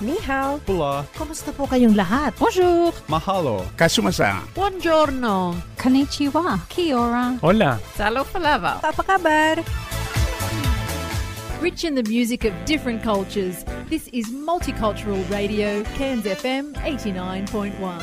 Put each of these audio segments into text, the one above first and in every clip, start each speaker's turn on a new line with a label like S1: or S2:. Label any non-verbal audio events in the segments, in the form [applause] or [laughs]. S1: Ni hao.
S2: Pula.
S3: Kumusta po kayong lahat?
S1: Bonjour.
S2: Mahalo.
S4: Kasumasa.
S1: Buongiorno.
S5: Konnichiwa. Kia ora.
S6: Hola.
S7: Salo palava.
S1: Apa kabar?
S7: Rich in the music of different cultures, this is Multicultural Radio, Cairns FM 89.1.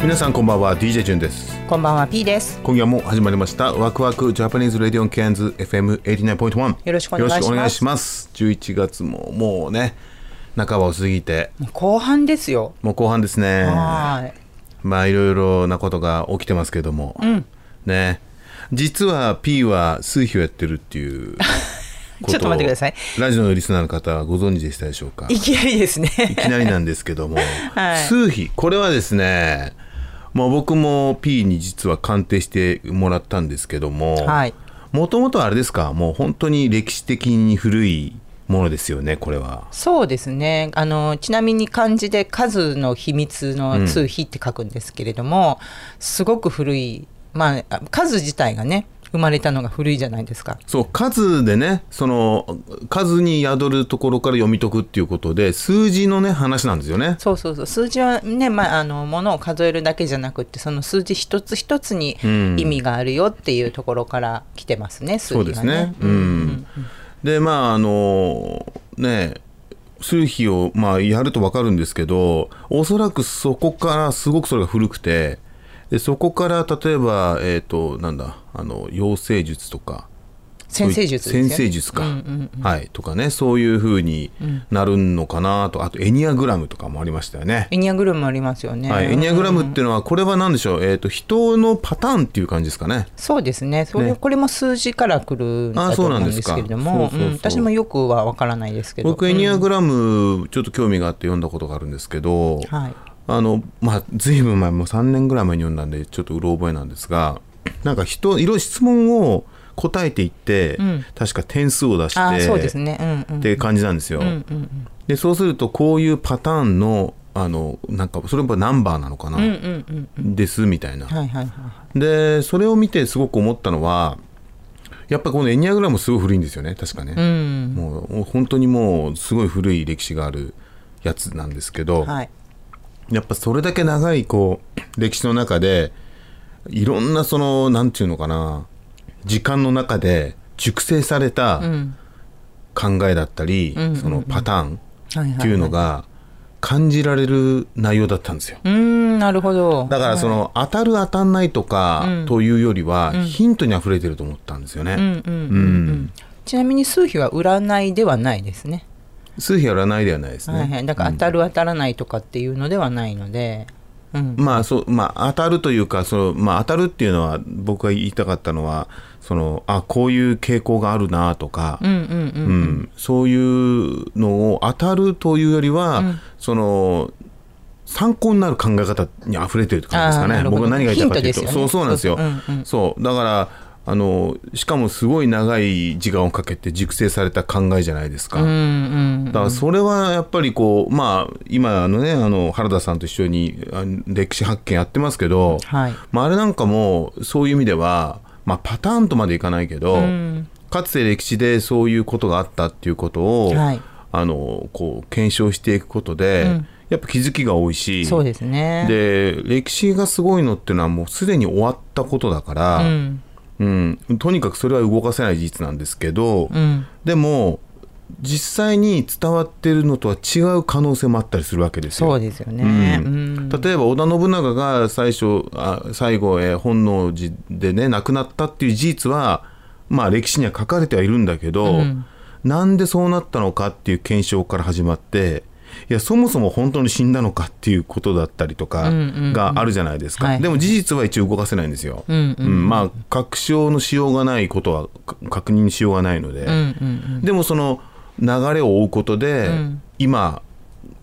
S8: 皆さんこんばんは DJ ジュンです
S3: こんばんは、P です。
S8: 今夜も始まりましたワクワクジャパニーズレディオンケアンズ FM89.1
S3: よろしくお願
S8: よろ
S3: いします
S8: くお願いします11月ももうね半ばを過ぎて
S3: 後半ですよ。
S8: もう後半ですね
S3: は
S8: まあいろいろなことが起きてますけども、ね実は P は数秘をやってるっていう
S3: [laughs] ちょっと待ってください
S8: ことをラジオのリスナーの方はご存知でしたでしょうか
S3: い。いきなりですね。
S8: いきなりなんですけども、
S3: [laughs] はい
S8: 数比これはですね、まあ、僕も P に実は鑑定してもらったんですけども
S3: はい
S8: もともとあれですかもう本当に歴史的に古いものですよねこれは。
S3: [laughs] そうですねあのちなみに漢字で「数の秘密の通費」って書くんですけれども、すごく古い、まあ、数自体がね生まれたのが古いじゃないですか。
S8: そう数でねその数に宿るところから読み解くっていうことで数字のね話なんですよね。
S3: そうそうそう数字はね、まあ、あのものを数えるだけじゃなくてその数字一つ一つに意味があるよっていうところから来てますね、数
S8: そう
S3: 字
S8: で
S3: が
S8: すね。うんでまああのね数比を、まあ、やると分かるんですけどおそらくそこからすごくそれが古くてでそこから例えばえっ、となんだあの養成術とか
S3: 先生術ですよね
S8: 先生術か、はいとかねそういうふうになるのかなとあとエニアグラムとかもありましたよね。
S3: エニアグラムもありますよね、
S8: はい、エニアグラムっていうのはこれは何でしょう、えー、と人のパターンっていう感じですかね。
S3: そうですねそれ
S8: ね
S3: これも数字から来るんだ
S8: あ
S3: と
S8: そう
S3: 思
S8: なん
S3: うんで
S8: です
S3: す
S8: か
S3: けれども
S8: そうそうそう
S3: うん私もよくは分からないですけど
S8: 僕エニアグラムちょっと興味があって読んだことがあるんですけど、
S3: はい
S8: あのまあ随分前もう3年ぐらい前に読んだんでちょっとうろ覚えなんですがなんか人いろいろ質問を答えていって、確か点数を出して
S3: あーそうですねうんうん
S8: って感じなんですよ。でそうするとこういうパターンのあのなんかそれもナンバーなのかな、ですみたいな。
S3: はいはいはい
S8: でそれを見てすごく思ったのはやっぱこのエニアグラムすごい古いんですよね確かね、もうもう本当にもうすごい古い歴史があるやつなんですけど、
S3: はい
S8: やっぱそれだけ長いこう歴史の中でいろんなそのなんていうのかな時間の中で熟成された考えだったり、そのパターン
S3: はい
S8: っていうのが感じられる内容だったんですよ。
S3: うーんなるほど
S8: だからその当たる当たんないとかというよりはヒントに溢れてると思ったんですよね。うん
S3: ちなみに数比は占いではないですね
S8: 数比やらないではないです
S3: はいは
S8: ね。
S3: いだから当たる当たらないとかっていうのではないので、うん、
S8: まあそうまあ当たるというかそのまあ当たるっていうのは僕が言いたかったのはそのあこういう傾向があるなとか、うんそういうのを当たるというよりは、その参考になる考え方に溢れてるって感じです
S3: あー
S8: か
S3: な
S8: ね。
S3: るほど
S8: 僕は何が言いたいかというと、
S3: ヒントですよ
S8: そ
S3: ね
S8: うそうなんですよ。そうだからあのしかもすごい長い時間をかけて熟成された考えじゃないですか。だからそれはやっぱりこうまあ今のねあの原田さんと一緒にあ歴史発見やってますけど、
S3: はい
S8: まあ、あれなんかもそういう意味では、まあ、パターンとまでいかないけど、かつて歴史でそういうことがあったっていうことを、
S3: はい
S8: あのこう検証していくことで、やっぱ気づきが多いし
S3: そうですね
S8: で歴史がすごいのっていうのはもうすでに終わったことだから、うんとにかくそれは動かせない事実なんですけど、でも実際に伝わってるのとは違う可能性もあったりするわけですよ。
S3: そうですよね、
S8: う
S3: うん
S8: ん例えば織田信長が最初あ最後、えー本能寺でね亡くなったっていう事実は、まあ、歴史には書かれてはいるんだけど、なんでそうなったのかっていう検証から始まっていやそもそも本当に死んだのかっていうことだったりとかがあるじゃないですか、
S3: はい
S8: でも事実は一応動かせないんですよ、
S3: ん
S8: うんまあ確証のしようがないことはか確認しようがないので、でもその流れを追うことで、今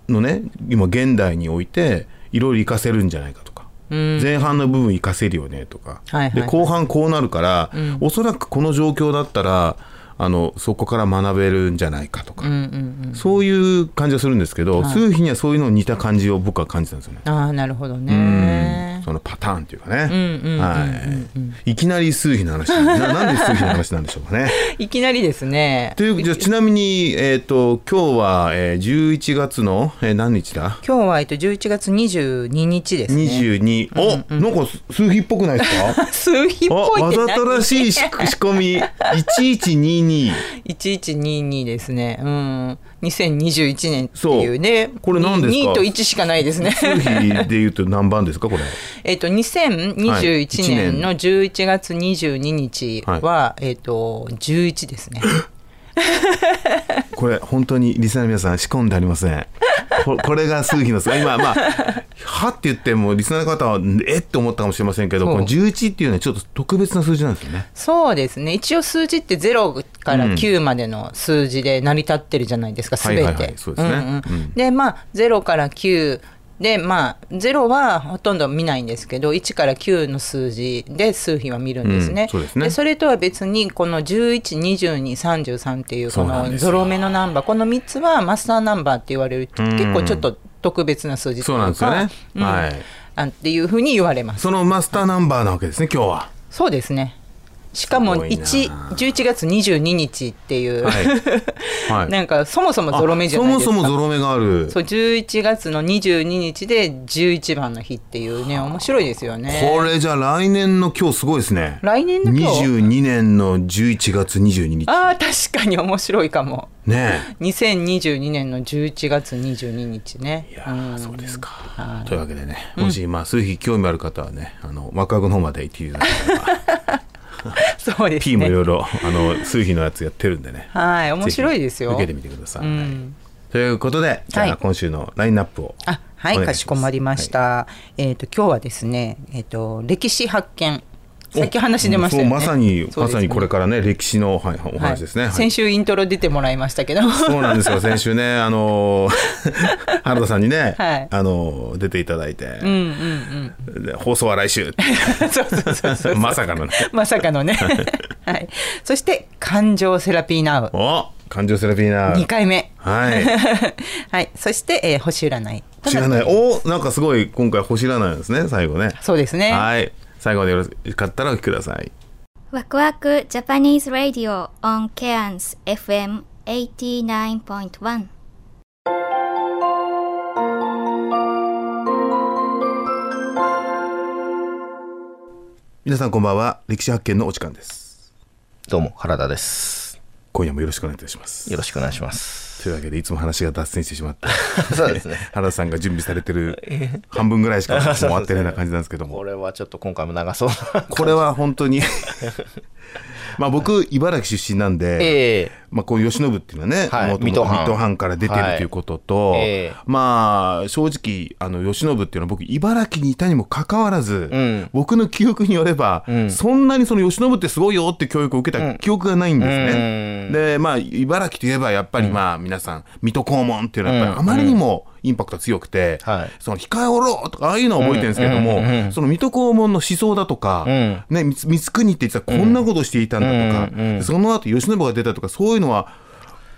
S8: のね今現代においていろいろ活かせるんじゃないかとか、前半の部分活かせるよねとか、
S3: はいはい
S8: で後半こうなるから、おそらくこの状況だったらあのそこから学べるんじゃないかとか、そういう感じがするんですけど、数日にはそういうのを似た感じを僕は感じたんですよね。
S3: ああなるほど
S8: うん
S3: ね
S8: そのパターンっていうかね、はい、いきなり数比の話ななんで数比の話なんでしょうかね。
S3: いきなりですね
S8: というじゃあちなみに、えー、と今日は、えー、11月の、えー何日だ
S3: 今日はえっと11月22日ですね
S8: 22、お、なんか数比っぽくないです [laughs] か
S3: 数日っ
S8: あ
S3: ぽい
S8: わ
S3: って
S8: ざと
S3: 何
S8: らしい仕仕込み1122
S3: 1122ですねうん2021年っていうね
S8: そうこれ何ですか
S3: に2と1しかないですね
S8: 数比で言うと何番ですかこれ
S3: [laughs] えっと、2021年の11月22日は、えっと、11ですね。
S8: これ本当にリスナーの皆さん仕込んでありませんここれが数比の数今まあはって言ってもリスナーの方はえっと思ったかもしれませんけど
S3: そう
S8: この11っていうのはちょっと特別な数字なんですよね
S3: そうですね。一応数字って0から9までの数字で成り立ってるじゃないですか、す
S8: はい
S3: べ
S8: はいはい
S3: て。
S8: そうですね
S3: んうん
S8: うん
S3: で、まあ、0から9。でまあ、0はほとんど見ないんですけど1から9の数字で数比は見るんですね,、
S8: うんそうですね
S3: それとは別にこの112233っていうこ
S8: そうなん
S3: の
S8: ですよ
S3: ゾロ目のナンバーこの3つはマスターナンバーって言われる、
S8: ん
S3: 結構ちょっと特別な数字と
S8: そう
S3: い
S8: なん
S3: う
S8: ですよね
S3: か、うん
S8: はい
S3: あっていうふうに言われます
S8: そのマスターナンバーなわけですね今日は
S3: そうですねしかも
S8: すごいな
S3: 1 11月22日っていう、
S8: はい、はい、
S3: [laughs] なんかそもそもゾロ目じゃ
S8: あ
S3: ないですか
S8: そもそもゾロ目がある
S3: そう11月の22日で11番の日っていうね面白いですよね
S8: これじゃあ来年の今日すごいですね
S3: 来年の今日
S8: 22年の11月22日
S3: あー確かに面白いかも
S8: ね
S3: 2022年の11月22日ね
S8: えいやーそうですかというわけでねもしまあ数日興味ある方はねあの若くの方まで行っていただ
S3: [laughs]
S8: ければ
S3: そうです
S8: P もい
S3: ね
S8: ろいろあの数日のやつやってるんでね
S3: はい面白いですよ
S8: ぜひ受けてみてください、
S3: うん
S8: ということでじゃ
S3: は
S8: あ
S3: い
S8: 今週のラインナップを
S3: あはい
S8: お願
S3: か
S8: いし
S3: し
S8: ます
S3: こまりました、えっ、と今日はですねえっ、と歴史発見
S8: お
S3: さっき話出ましたよね
S8: そうまさに、
S3: そう
S8: ま
S3: です
S8: さ
S3: ね
S8: にこれからね歴史の、はい、お話ですね、
S3: は
S8: はいい
S3: 先週イントロ出てもらいましたけど
S8: そうなんですよ先週ね、あの
S3: [laughs]
S8: ー原田さんにね、
S3: はい
S8: あのー出ていただいて、で放送は来週
S3: [laughs] そうそうそうそう
S8: まさかのね
S3: まさかのね
S8: [laughs]
S3: はいそして感情セラピーナウ
S8: お感情セラピーな
S3: 2回目 [laughs]
S8: はい
S3: はいそして、えー星占いと
S8: 知らないおなんかすごい今回星占いなんですね最後ね
S3: そうですね
S8: はい最後までよろしかったらお聞きください
S1: ワクワクジャパニーズ・ラディオ on Cairns FM89.1
S8: 皆さんこんばんは歴史発見のお時間です
S2: どうも、原田です。
S8: 今夜もよろしくお願いいたします
S2: よろしくお願いしま
S8: [laughs]
S2: す。
S8: というわけでいつも話が脱線してしまって
S3: [laughs]
S2: そうですね
S8: 原田さんが準備されてる半分ぐらいしかもう終わってないような感じなんですけども
S2: これはちょっと今回も長そう
S8: [laughs]
S2: な。
S8: これは本当にまあ僕茨城出身なんで、
S2: え
S8: まあ、こう慶喜っていうのはね、
S2: はい
S8: 元々
S2: 水戸藩
S8: 水戸藩から出てるということと、
S2: はいええ
S8: まあ正直あの慶喜っていうのは僕茨城にいたにもかかわらず、
S2: ん
S8: 僕の記憶によれば、
S2: ん
S8: そんなにその慶喜ってすごいよって教育を受けた記憶がないんですね。
S2: うん
S8: でまあ茨城といえばやっぱりまあ皆さん水戸黄門っていうのはやっぱりあまりにもインパクトが強くて、
S2: はい
S8: その控えおろうとかああいうのは覚えてるんですけども、その水戸黄門の思想だとか、
S2: ん
S8: ね、みつ光圀って実はこんなことしていたんだとか、
S2: うんうんうん
S8: その後慶喜が出たとかそういうのは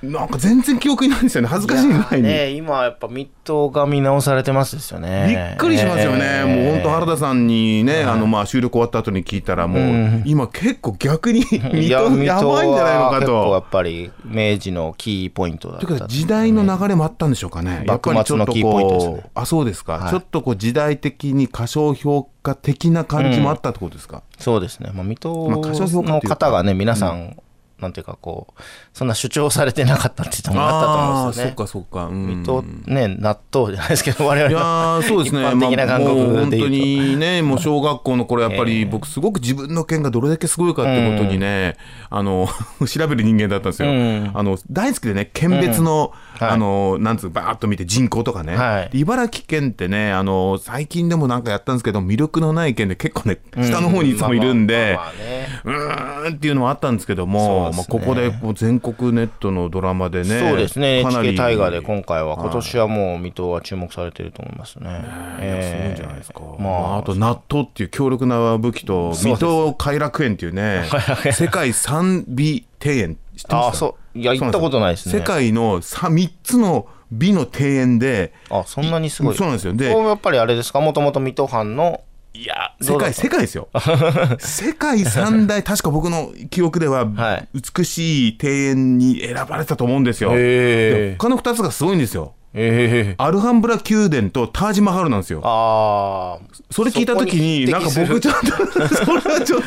S8: なんか全然記憶にないんですよね恥ず
S2: え
S8: かしいぐらいに。
S2: ね今やっぱミッドが見直されてますですよ
S8: び
S2: ね。
S8: っくりしますよね、
S2: ええ
S8: もう本当原田さんにね、あのまあ収録終わった後に聞いたらもう、今結構逆に水戸
S2: い
S8: や
S2: や
S8: ばいんじゃないのか
S2: 水戸は
S8: と。
S2: 結構やっぱり明治のキーポイントだっ
S8: と
S2: た
S8: いうか時代の流れもあったんでしょうかね、やっぱりちょっと
S2: 幕末のキーポイントです
S8: こう
S2: ね
S8: あそうですか、
S2: はい
S8: ちょっとこう時代的に過小評価的な感じもあったってことですか、
S2: そうですね、まあ、水戸
S8: まあ過小評価というか
S2: の方がね皆さんなんていうかこうそんな主張されてなかったっていうのもあったと思うんですよね。
S8: あーそっかそっか。うん
S2: 水戸ね納豆じゃないですけど我
S8: い
S2: 々
S8: や
S2: の
S8: ーそうですね、
S2: [laughs] 一般的な
S8: まあ
S2: 韓
S8: も
S2: 国
S8: う本
S2: で言うと
S8: 当に
S2: [laughs]
S8: ね、もう小学校の頃、やっぱり僕、すごく自分の県がどれだけすごいかってことにね、あの [laughs] 調べる人間だったんですよ、
S2: うん
S8: あの大好きでね、県別の、
S2: うんはい
S8: あのなんつうばーっと見て、人口とかね、
S2: はい
S8: で茨城県ってねあの、最近でもなんかやったんですけど、魅力のない県で結構ね、下の方にいつもいるんで
S2: まあ。まあまあね
S8: うーんっていうのはあったんですけども、
S2: そう
S8: ま
S2: で
S8: あ、
S2: すね
S8: ここでこう全国ネットのドラマでね、
S2: そうですね
S8: かなり
S2: NHK 大河で今回
S8: は
S2: は
S8: い
S2: 今年はもう水戸は注目されてると思いますね。
S8: すごいん
S2: ええ
S8: じゃないですか、ま
S2: ま
S8: あ
S2: あ
S8: あと納豆っていう強力な武器と
S2: そうで
S8: 水
S2: す
S8: 戸偕楽園っていうね世界三美庭園知ってますか
S2: あそういや行ったことないですね
S8: 世界の 3, つの美の庭園で
S2: あそんなにすごい。
S8: そうなんですよで
S2: こうやっぱりあれですかもともと水戸藩の
S8: いや
S2: ど
S8: 世
S2: うだ
S8: 界世界です
S2: [laughs]
S8: よ世界三大確か僕の記憶では、
S2: はい
S8: 美しい庭園に選ばれたと思うんですよで
S2: え
S8: 他の2つがすごいんですよ
S2: え
S8: アルハンブラ宮殿とタージマハルなんですよ
S2: ああ
S8: それ聞いた時になんか僕ちょっと [laughs] それはちょっ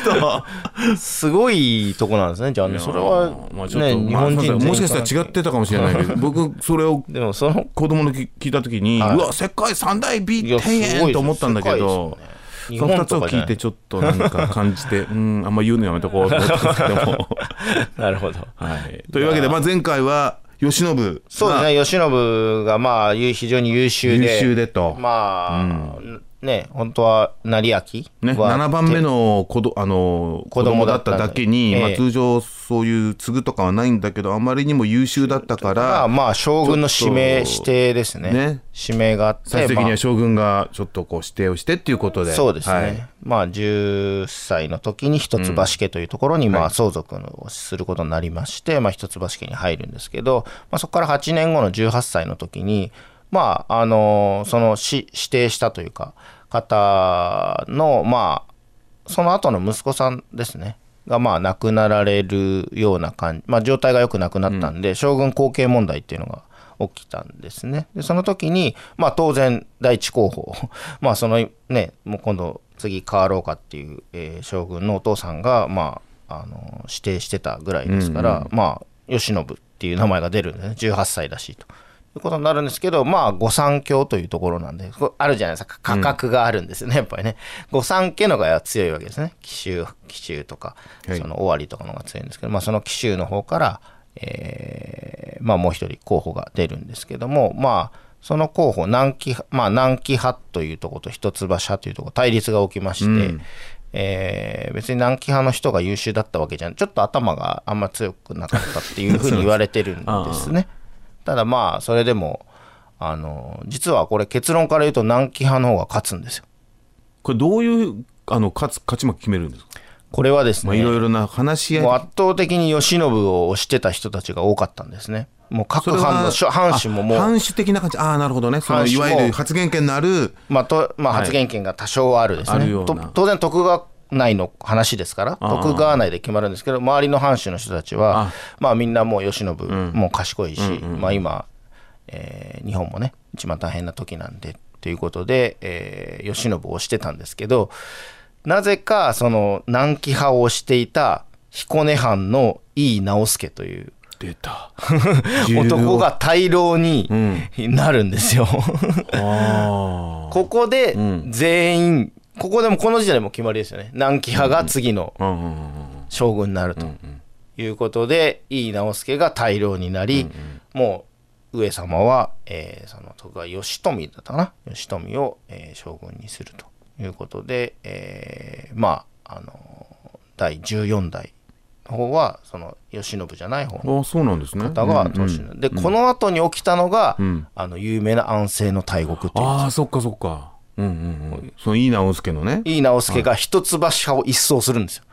S8: と
S2: すごいとこなんですねじゃあねそれは
S8: まあちょっ
S2: ね
S8: と
S2: 日
S8: まあ
S2: 本人全員
S8: もしかしたら違ってたかもしれないけ [laughs] ど僕それを
S2: でもその
S8: 子供のき聞いた時に、
S2: はいう
S8: わ世界三大美
S2: い
S8: 庭
S2: やすごいです
S8: 園と思ったんだけど、
S2: 世界ですよね
S8: その2つを
S2: 日本とか
S8: 聞
S2: じゃないい
S8: てちょっとなんか感
S2: [laughs]
S8: じてうんあんま言うのやめとこうと思ったんですけども、
S2: [laughs] なるほど
S8: はい、というわけで、まあ、前回は慶喜が
S2: そうですね慶喜がまあゆ非常に優秀
S8: 優
S2: で
S8: 秀でと、
S2: まあね本当は成明
S8: ね、
S2: は
S8: 7番目の子どあの子
S2: 子
S8: 供
S2: 供
S8: だ
S2: だ
S8: っ
S2: ったた
S8: だけに、
S2: ええ
S8: まあ、通常そういう継ぐとかはないんだけどあまりにも優秀だったから
S2: まあまあ将軍の指名
S8: ちょっと
S2: 指定ですね
S8: ね
S2: 指名があって
S8: 最終的に
S2: まあ
S8: は将軍がちょっとこう指定をしてっていうことで、
S2: そうですね、
S8: はい
S2: まあ10歳の時に一橋家というところにま
S8: は
S2: あ相続をすることになりまして、まあ、一橋家に入るんですけど、まあ、そこから8年後の18歳の時にまああのそのし指定したというか方のまあその後の息子さんですねがまあ亡くなられるような感じ、まあ、状態が良くなくなったんで、将軍後継問題っていうのが起きたんですね。でその時に、まあ、当然第一候補 [laughs] まあそのねもう今度次変わろうかっていう、えー将軍のお父さんが、まあ、あの指定してたぐらいですから、まあ慶喜っていう名前が出るんですね18歳らしいと。ということになるんですけど、まあ、御三家というところなんで、こうあるじゃないですか、価格があるんですよね、やっぱりね。御三家のが強いわけですね。奇襲、奇襲とか、
S8: はい
S2: その尾張とかのが強いんですけど、まあ、その奇襲の方から、えーまあ、もう一人候補が出るんですけども、まあ、その候補、南紀派、まあ、南紀派というところと一橋派というところ、対立が起きまして、えー別に南紀派の人が優秀だったわけじゃんちょっと頭があんま強くなかったっていうふうに言われてるんです
S8: [laughs]
S2: ね。ただまあそれでもあの実はこれ結論から言うと南紀派の方が勝つんですよ。
S8: これどういうあの勝つ勝ち負け決めるんですか、
S2: これはですね、
S8: まあ、いろいろな話し合い
S2: もう圧倒的に慶喜を推してた人たちが多かったんですね。もう各藩の諸藩主ももう
S8: あ藩主的な感じああなるほどねその
S2: 藩
S8: い
S2: 主も
S8: わゆる発言権のある
S2: まあとまあ、
S8: はい
S2: 発言権が多少はあるですね、
S8: あるよう
S2: と
S8: な
S2: 当然徳川内の話ですから
S8: あー
S2: 徳川内で決まるんですけど周りの藩主の人たちは
S8: あ
S2: まあ、みんなもう慶喜、もう賢いし、まあ、今、えー日本もね一番大変な時なんでということで、えー、慶喜を推してたんですけどなぜかその南紀派を推していた彦根藩の井伊直弼
S8: [laughs]
S2: という
S8: 出た
S2: 男が大老に
S8: ん
S2: なるんですよ。
S8: あ
S2: [laughs] ここで
S8: ん
S2: 全員、ここでもこの時点でも決まりですよね南紀派が次の
S8: あ、うんうんうん
S2: 将軍になるということで、井伊直弼が大老になり、もう上様は、えーその徳川義富だったかな義富を、えー将軍にするということで、えーまああの第14代の方はその慶喜じゃない方の
S8: うん、あそうなんですね
S2: 方が当主になるでこの後に起きたのが、
S8: ん
S2: あの有名な安政の大国っていう
S8: ああそっかそっかうんうんうんそのいい直輔のね
S2: 井伊直弼が一橋派を一掃するんですよ。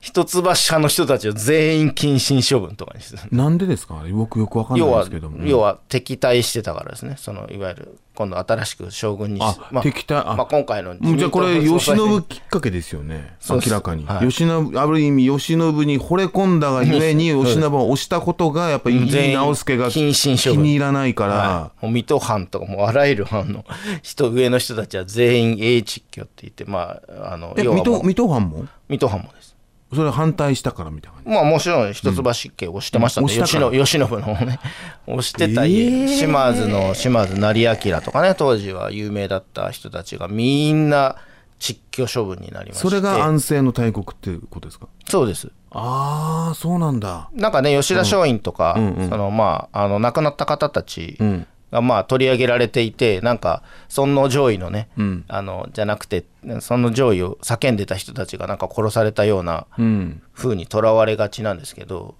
S2: 一橋派の人たちを全員謹慎処分とかにする。
S8: なんでですかあれ僕よくわかんない
S2: 要
S8: で
S2: は
S8: すけども、、
S2: 要は敵対してたからですね。その、いわゆる、今度新しく将軍にし
S8: あ、敵対あ
S2: まあ今回の
S8: うんじゃあこれ慶
S2: 自民党の
S8: 喜
S2: 総裁
S8: きっかけですよね
S2: そう
S8: 明
S2: です
S8: らかに、
S2: はい
S8: 慶喜ある意味慶喜に惚れ込んだがゆえに
S2: そうで
S8: 慶
S2: す
S8: 喜を押したことがやっぱり井
S2: うん全
S8: 伊
S2: 員
S8: 直輔が
S2: 謹慎処分
S8: 気に入らないから、
S2: はいもう水戸藩とかもうあらゆる藩の人、上の人たちは全員英実教って言って、まあ、あの、
S8: え
S2: 要は
S8: 水
S2: も
S8: 戸
S2: う
S8: 水戸藩も
S2: 水戸藩もです。
S8: それ反対したからみたいな感じ
S2: まあもちろん一橋家をしてました
S8: う
S2: ね、
S8: ん押した
S2: 吉
S8: から
S2: 野吉信の
S8: [laughs]
S2: ね押してた家、
S8: えー
S2: 島津の島津成明とかね当時は有名だった人たちがみんな窒居処分になりまして
S8: それが安政の大国っていうことですか
S2: そうです
S8: ああそうなんだ
S2: なんかね吉田松陰とか、
S8: うんうんうん
S2: そのまああの亡くなった方たち、
S8: うん
S2: がまあ取り上げられていてなんか尊皇攘夷のね、
S8: うん
S2: あのじゃなくてその攘夷を叫んでた人たちがなんか殺されたような
S8: うん
S2: 風にとらわれがちなんですけど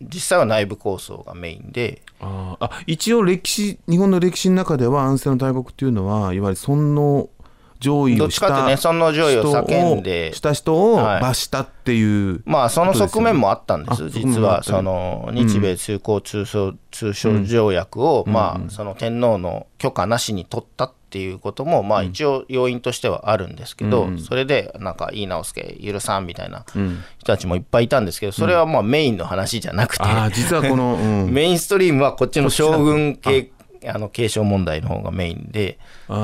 S2: 実際は内部構想がメインで
S8: あーあ一応歴史日本の歴史の中では安政の大国っていうのはいわゆる尊王攘夷
S2: どっ
S8: を
S2: ち
S8: し
S2: かっていうと
S8: た
S2: ね尊皇攘夷
S8: 人
S2: を
S8: を
S2: 叫んで
S8: した人を
S2: はい
S8: 罰したっていう、
S2: まあその側面もあったんです
S8: あ
S2: 実は
S8: 側
S2: そ
S8: 面
S2: の
S8: ったよ
S2: 日米通航通商通商条約を、まあその天皇の許可なしに取ったっていうこともまあ一応要因としてはあるんですけど、それでなんか井伊直輔許さんみたいな人たちもいっぱいいたんですけどそれはまあメインの話じゃなくて、
S8: ああ実はこ
S2: [laughs]
S8: の、うん、
S2: メインストリームはこっちの将軍系あの継承問題の方がメインで
S8: あ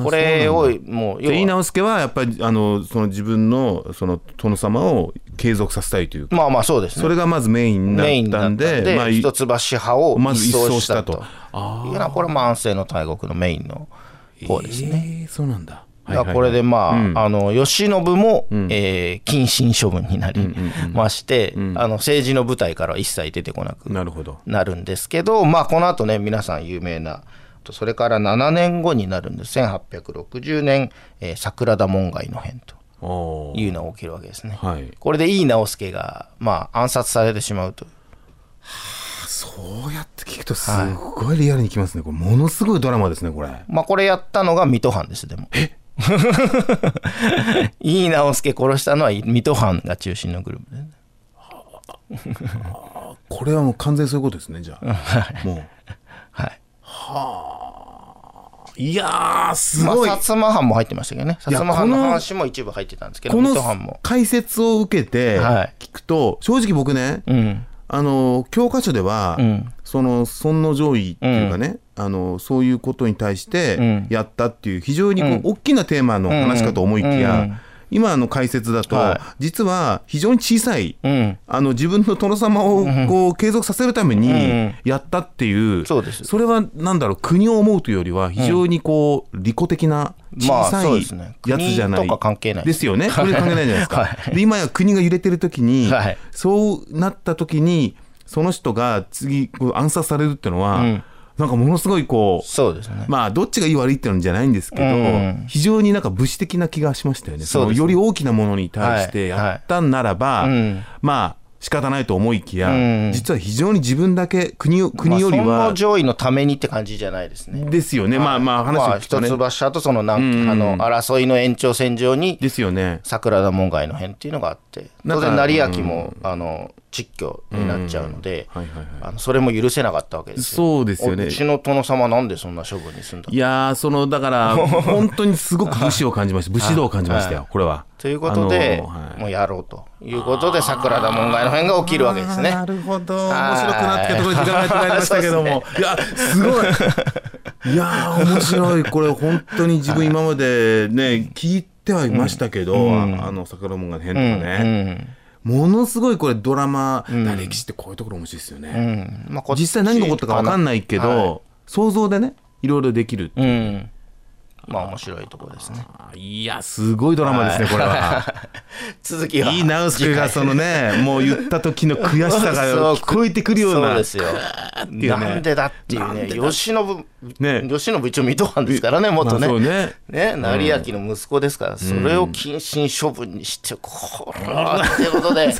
S8: ー
S2: これ
S8: そうなんだ
S2: をもう
S8: で井伊
S2: 要は
S8: 直輔はやっぱりあのその自分のその殿様を継続させたいというか、
S2: まあまあそうですね
S8: それがまずメインだ
S2: メイン
S8: っ
S2: だ
S8: た
S2: ったん
S8: ん
S2: で
S8: で、まあ、い
S2: 一橋派を
S8: まず
S2: 一
S8: 一
S2: 掃
S8: 掃
S2: し
S8: したた
S2: と
S8: と。
S2: いうのはこれも安政の大国のメインの方ですね。
S8: えーそうなんだ。
S2: だからこれでまあ、
S8: うん
S2: あの慶喜も、えー謹慎処分になりまして、あの政治の舞台からは一切出てこなく
S8: なるほど。
S2: なるんですけど、まあ、この後ね皆さん有名なそれから7年後になるんです1860年、えー桜田門外の変と
S8: おー
S2: いうのが起きるわけですね。
S8: はい。
S2: これで井伊直輔が、まあ、暗殺されてしまうという
S8: そうやって聞くとすごいリアルにきますね。これものすごいドラマですねこれ。
S2: まあこれやったのが水戸藩ですでも。 [laughs] 井伊直輔殺したのは水戸藩が中心のグループで、ね、
S8: これはもう完全にそういうことですねじゃあ。もう
S2: はい、
S8: いやーす
S2: まあ
S8: ごい。
S2: 薩摩藩も入ってましたけどね薩
S8: いや
S2: 摩藩の
S8: この
S2: 話も一部入ってたんですけど
S8: こ
S2: 水
S8: の
S2: 戸藩も
S8: 解説を受けて
S2: はい
S8: 聞くと、正直僕ね、
S2: うん
S8: あの教科書では、
S2: うん
S8: その尊の上位っていうかね、あのそういうことに対し
S2: う
S8: て
S2: ん
S8: やったっていう非常にこう、大きなテーマの話かと思いきや、
S2: うん
S8: 今の解説だと、
S2: はい
S8: 実は非常に小さい、
S2: うん
S8: あの自分の殿様をこう継続させるため
S2: ん
S8: にやったっていう、
S2: そうです
S8: れはなんだろう国を思うというよりは非常にこう利己的な
S2: まあ
S8: 小さ
S2: そう
S8: い
S2: ですね
S8: やつじゃない、
S2: 国とか関係ない
S8: ですよね
S2: [laughs]
S8: これ関係ないじゃないですか、
S2: はい
S8: で今や国が揺れてる時に、
S2: はい
S8: そうなった時にその人が次こう暗殺されるってのは、
S2: うん
S8: なんかものすごいこう
S2: そうですね、
S8: [laughs] まあどっちがいい悪いっていうのじゃないんですけど、
S2: うん
S8: 非常になんか物資的な気がしましたよね
S2: そうですね
S8: のより大きなものに対して
S2: はい
S8: やったんならば、
S2: うん
S8: まあ仕方ないと思いきや、
S2: うん
S8: 実は非常に自分だけ国を国より
S2: まあ、そ
S8: は
S2: の上位のためにって感じじゃないですね
S8: ですよね、まあまあ話を
S2: まあ
S8: 聞くと
S2: 一
S8: ね、
S2: 橋派とその南
S8: うん
S2: あの争いの延長線上に
S8: ですよね
S2: 桜田門外の変っていうのがあって
S8: な
S2: 当
S8: んか
S2: 然成明も、あの窒居になっちゃうので、
S8: はいはいはい
S2: あのそれも許せなかったわけですよ。
S8: そうですよね
S2: おうちの殿様なんでそんな処分にすんだ
S8: いやーそのだから
S2: [laughs]
S8: 本当にすごく武士を感じました武士道を感じましたよ、これは。
S2: ということで、
S8: あのーはい
S2: もうやろうということで桜田門外の変が起きるわけですね
S8: あー。なるほど
S2: はい
S8: 面白くなってきたところで時間がやってまいりましたけども、いやすご
S2: [laughs]
S8: いいやー面白いこれ本当に自分今までね聞いてはいましたけど、ああの桜門が変とかね、ものすごいこれドラマ、だ歴史ってこういうところ面白いですよ
S2: う
S8: ね、
S2: んまあこっち
S8: 実際何が起こったか分かんないけど、
S2: は
S8: 想像でねいろいろできる、
S2: いうん、まあ面白いところですね。
S8: あいやすごいドラマですね、これは。
S2: [laughs] 続きはい
S8: いナウスクがそのねもう言った時の悔しさ
S2: そう
S8: が聞こえてくるよう
S2: そう
S8: な
S2: ですよ。
S8: ていうね
S2: なんでだっていうね、吉信、
S8: ね
S2: 吉信一応水戸藩ですからね、元
S8: まあ
S2: ね。
S8: そうね
S2: ね、成明の息子ですから、それを謹慎処分にして、こらーってこ
S8: [laughs]
S2: とで、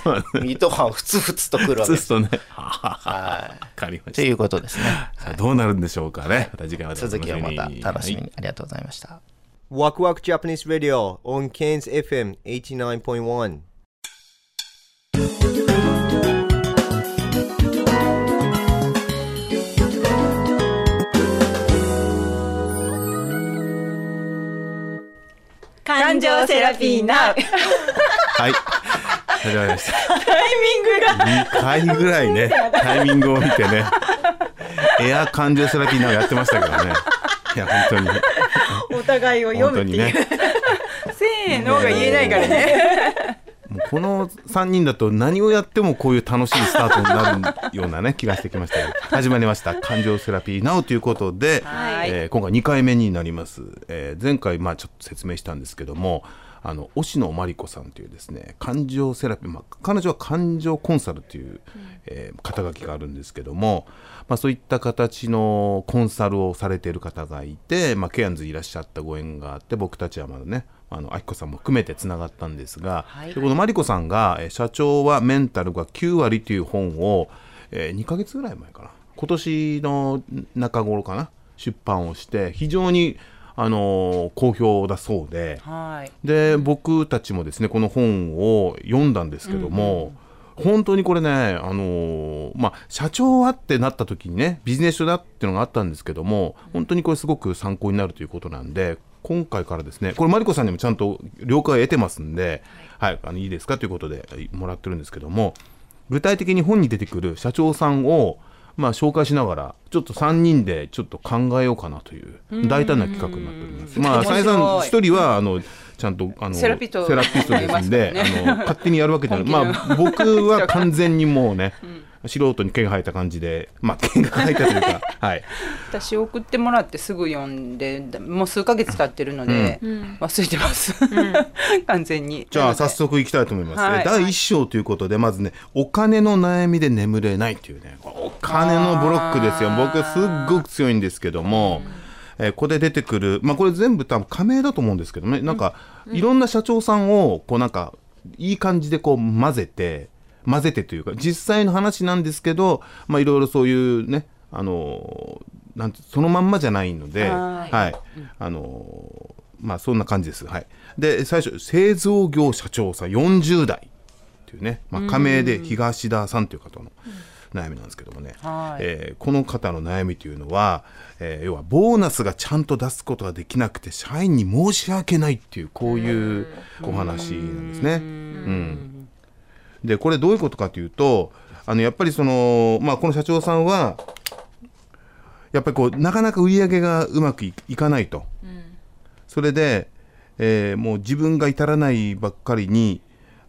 S2: 水戸藩ふつふつとくるわ
S8: そ
S2: け
S8: う
S2: ですす。
S8: るとね
S2: [laughs] は
S8: わかりま
S2: い。
S8: し
S2: と
S8: た
S2: いうことですね。
S8: さあどうなるんでしょうかねまた次回は
S2: 続きをまた楽しみ
S8: はい
S2: に。ありがとうございました。
S4: Waku Waku Japanese Radio on Cairns FM 89.1.
S9: ナウ
S8: はい始まりましたタイミングが2回ぐらいね
S6: [laughs]
S8: タイミングを見てねエア感情セラピーなんかやってましたけどねいや本当に
S6: お互いを
S8: 本当にね
S6: [laughs] せーのが言えないからね。
S8: もうこの3人だと何をやってもこういう楽しいスタートになるようなね気がしてきましたよ始まりました感情セラピーなおということで、
S3: はい
S8: えー今回2回目になります、えー前回まあちょっと説明したんですけどもあの押野真理子さんというですね感情セラピー、まあ、彼女は感情コンサルという、えー肩書きがあるんですけども、まあ、そういった形のコンサルをされている方がいて、まあ、ケアンズいらっしゃったご縁があって僕たちはまだねあの子さんも含めてつながったんですが、でこの真理子さんがえー「社長はメンタルが9割」という本を、え2ヶ月ぐらい前かな今年の中頃かな出版をして非常に、あのー好評だそうで。
S3: はい
S8: で僕たちもですねこの本を読んだんですけども、本当にこれね、あのーまあ、社長はってなった時にねビジネス書だっていうのがあったんですけども本当にこれすごく参考になるということなんで今回からですねこれマリコさんにもちゃんと了解を得てますんで、はいあのいいですかということではいもらってるんですけども具体的に本に出てくる社長さんを、まあ、紹介しながらちょっと3人でちょっと考えようかなという大胆な企画になっております。まあ、
S3: 面白い
S8: 浅井さん一人はあのちゃんとあの
S3: セラピスト
S8: セラピストですんで、
S3: いますもんね
S8: あの勝手にやるわけじゃない、
S3: 本気の
S8: まあ、僕は完全にもう
S3: [laughs]
S8: ね、素人に毛が生えた感じで、まあ、毛が生えたというか、はい、
S3: 私送ってもらってすぐ読んでもう数ヶ月経ってるので、忘れてます、 [laughs] 完全に
S8: じゃあ
S3: なの
S8: 早
S3: で
S8: 速いきたいと思います、
S3: はい
S8: 第1章ということでまずねお金の悩みで眠れないっていうねお金のブロックですよ僕すっごく強いんですけども、えーここで出てくるまあこれ全部多分仮名だと思うんですけどねなんか、いろんな社長さんをこうなんかいい感じでこう混ぜて混ぜてというか実際の話なんですけどまあいろいろそういうねあのーなんてそのまんまじゃないので
S3: は
S8: はい、あのーまあそんな感じです。はい。で最初製造業社長さん40代っていうね、まあ仮名で東田さんという方の悩みなんですけどもね。
S3: はい
S8: えーこの方の悩みというのは、えー要はボーナスがちゃんと出すことができなくて社員に申し訳ないっていうこういうお話なんですね。うん。でこれどういうことかというとあのやっぱりその、まあ、この社長さんはやっぱりこうなかなか売り上げがうまくいいかないと、それで、えーもう自分が至らないばっかりに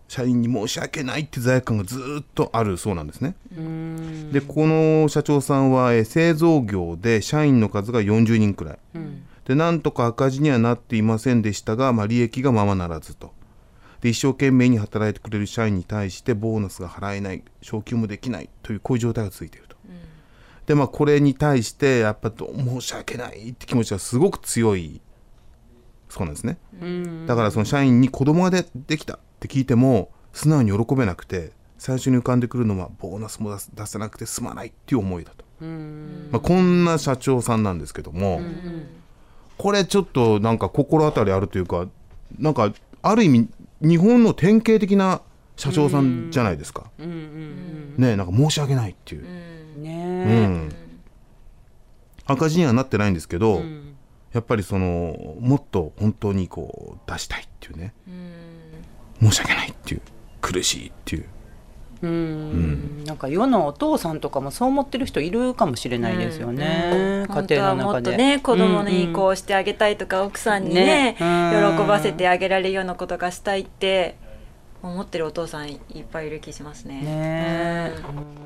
S8: 社員に申し訳ないって罪悪感がずーっとあるそうなんですね。でこの社長さんは、えー製造業で社員の数が40人くらい、でなんとか赤字にはなっていませんでしたが、まあ、利益がままならずと。で一生懸命に働いてくれる社員に対してボーナスが払えない昇給もできないというこういう状態が続いていると、でまあこれに対してやっぱどう申し訳ないって気持ちがすごく強いそうなんですね、だからその社員に子供がでできたって聞いても素直に喜べなくて最初に浮かんでくるのはボーナスも出す出せなくてすまないっていう思いだと、まあ、こんな社長さんなんですけども、これちょっとなんか心当たりあるというかなんかある意味日本の典型的な社長さんじゃないですか、ねえなんか申し訳ないっていう、
S3: ね
S8: うん赤字にはなってないんですけど、やっぱりそのもっと本当にこう出したいっていうね、申し訳ないっていう苦しいっていう
S3: うんなんか世のお父さんとかもそう思ってる人いるかもしれないですよね、
S6: 本
S3: 家
S6: 当
S3: 庭
S6: は
S3: の
S6: も
S3: 中
S6: っと
S3: で
S6: ね子供に
S3: うん
S6: こうしてあげたいとか、奥さんにね
S3: ねうん
S6: 喜ばせてあげられるようなことがしたいって思ってるお父さんいっぱいいる気しますね。
S3: ね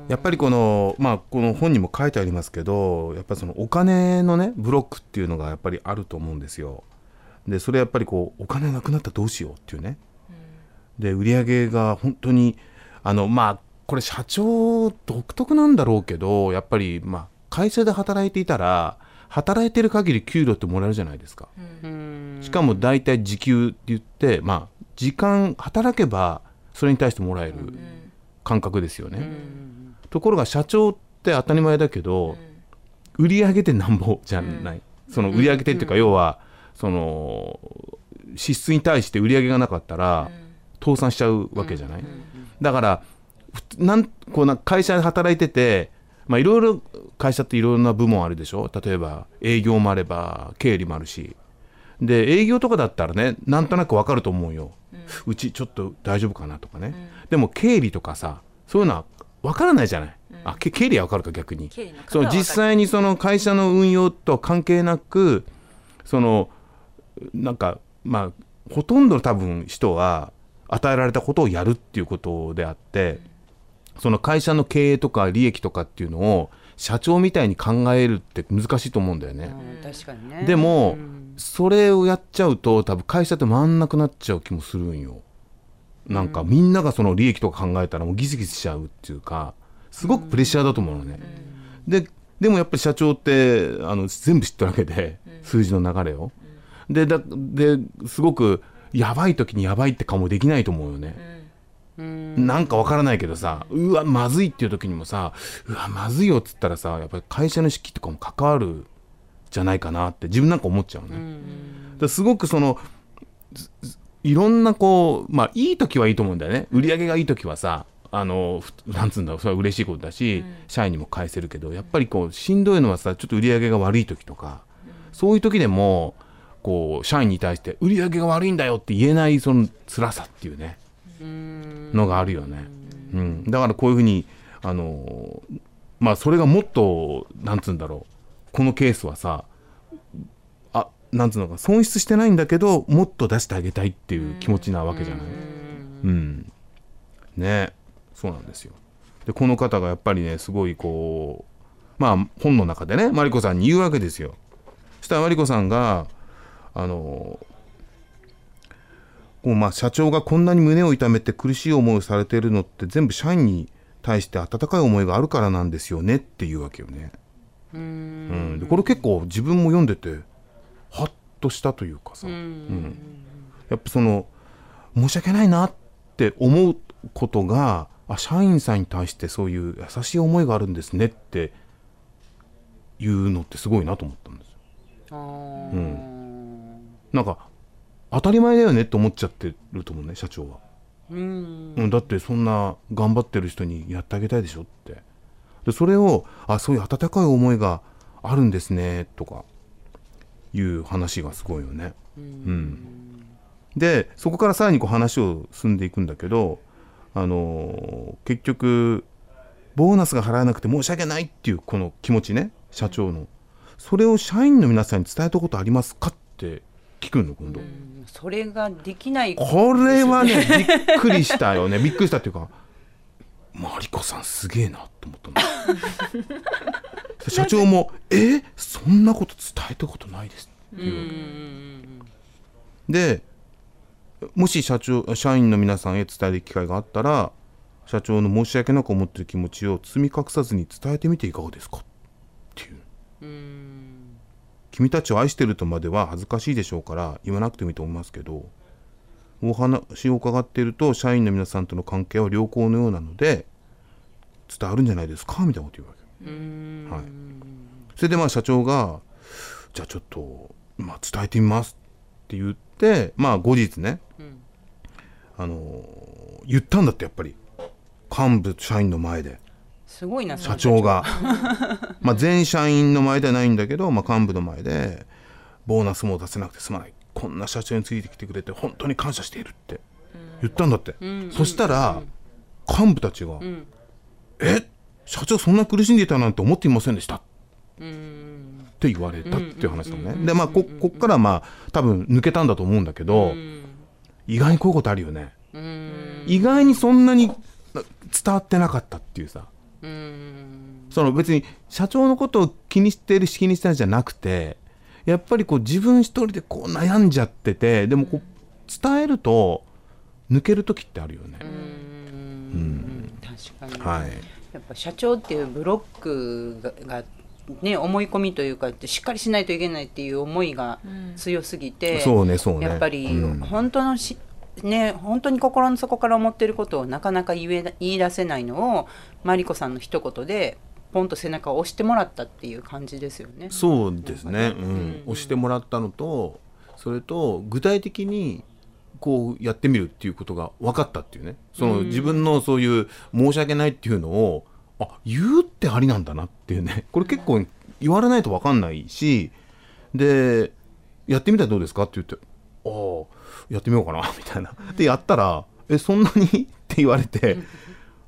S8: やっぱりこの,、まあ、この本にも書いてありますけどやっぱりそのお金のねブロックっていうのがやっぱりあると思うんですよ。でそれやっぱりこうお金なくなったらどうしようっていうね。で売り上げが本当にあのまあこれ社長独特なんだろうけどやっぱりまあ会社で働いていたら働いてる限り給料ってもらえるじゃないですか。しかも大体時給って言ってまあ時間働けばそれに対してもらえる感覚ですよね。ところが社長って当たり前だけど、売り上げてなんぼじゃない、その売り上げてっていうか、要はその支出に対して売り上げがなかったら、倒産しちゃうわけじゃない、だからふつなんこうな会社で働いててまあいろいろ会社っていろいろな部門あるでしょ例えば営業もあれば経理もあるしで営業とかだったらねなんとなくわかると思うよ、うちちょっと大丈夫かなとかね、でも経理とかさそういうのはわからないじゃない、あけ経理はわかるか逆に
S6: 経理の方は
S8: その
S6: わかる
S8: 実際にその会社の運用と関係なくそのなんかまあほとんどの多分人は与えられたことをやるっていうことであってその会社の経営とか利益とかっていうのを社長みたいに考えるって難しいと思うんだよね。
S10: 確かにね
S8: でも、それをやっちゃうと多分会社って回んなくなっちゃう気もするんよ。なんかみんながその利益とか考えたらもうギスギスしちゃうっていうかすごくプレッシャーだと思うのね。ででもやっぱり社長ってあの全部知ってるわけで数字の流れを。でだですごくやばい時にやばいって顔もできないと思うよね。なんかわからないけどさうわまずいっていう時にもさうわまずいよっつったらさやっぱり会社の士気とかも関わるじゃないかなって自分なんか思っちゃうね。だからすごくそのすすいろんなこうまあいい時はいいと思うんだよね売り上げがいい時はさあのふなんつうんだろうそれは嬉しいことだし、社員にも返せるけどやっぱりこうしんどいのはさちょっと売り上げが悪い時とか、そういう時でもこう社員に対して売り上げが悪いんだよって言えないその辛さっていうねのがあるよね、うん、だからこういうふうにあのまあそれがもっとなんつうんだろうこのケースはさあなんつうのか損失してないんだけどもっと出してあげたいっていう気持ちなわけじゃない。うん、ねそうなんですよ。でこの方がやっぱりねすごいこうまあ本の中でねマリコさんに言うわけですよ。そしたらマリコさんがあのこうまあ社長がこんなに胸を痛めて苦しい思いをされているのって全部社員に対して温かい思いがあるからなんですよねっていうわけよね。うん、でこれ結構自分も読んでてハッとしたというかさ、うんやっぱその申し訳ないなって思うことがあ社員さんに対してそういう優しい思いがあるんですねっていうのってすごいなと思ったんですよ。うん、なんか当たり前だよねって思っちゃってると思うね社長は。
S10: うん
S8: うん、だってそんな頑張ってる人にやってあげたいでしょってでそれをあそういう温かい思いがあるんですねとかいう話がすごいよね。うん、でそこからさらにこう話を進んでいくんだけど、あのー結局ボーナスが払えなくて申し訳ないっていうこの気持ちね社長のそれを社員の皆さんに伝えたことありますかって聞くの今度。
S10: それができない
S8: これはね、びっくりしたよね。びっくりしたっていうか、マリコさんすげえなと思ったの。社長も、えそんなこと伝えたことないです。で、もし社長、社員の皆さんへ伝える機会があったら、社長の申し訳なく思ってる気持ちを包み隠さずに伝えてみていかがですかっていう。君たちを愛してるとまでは恥ずかしいでしょうから言わなくてもいいと思いますけどお話を伺っていると社員の皆さんとの関係は良好のようなので伝わるんじゃないですかみたいなこと言うわけ、はい、それでまあ社長が「じゃあちょっと、まあ、伝えてみます」って言ってまあ後日ね、あのー言ったんだってやっぱり幹部社員の前で。
S10: すごいなそ
S8: 社
S10: の
S8: 長 [laughs] がまあ全社員の前ではないんだけど、まあ、幹部の前でボーナスも出せなくてすまないこんな社長についてきてくれて本当に感謝しているって言ったんだって、
S10: うん
S8: そしたら、幹部たちが「
S10: ん
S8: え社長そんな苦しんでいたなんて思っていませんでした」って言われたっていう話だもんね、でまあここっからまあ多分抜けたんだと思うんだけど、意外にこういうことあるよね、意外にそんなにな伝わってなかったっていうさ、その別に社長のことを気にしてるし気にしたんじゃなくてやっぱりこう自分一人でこう悩んじゃっててでもこう伝えると抜ける時ってあるよね。
S10: 確かに、
S8: はい
S10: やっぱ社長っていうブロックががね、思い込みというかしっかりしないといけないっていう思いが強すぎて、
S8: そうねそうね
S10: やっぱり、
S8: うん
S10: 本当のしね、本当に心の底から思ってることをなかなか言えな言い出せないのをマリコさんの一言でポンと背中を押してもらったっていう感じですよね。
S8: そうですね、うん、押してもらったのとそれと具体的にこうやってみるっていうことが分かったっていうねその
S10: うん
S8: 自分のそういう申し訳ないっていうのをあ言うってありなんだなっていうねこれ結構言われないと分かんないしでやってみたらどうですかって言ってああやってみようかなみたいなでやったらえそんなにって言われて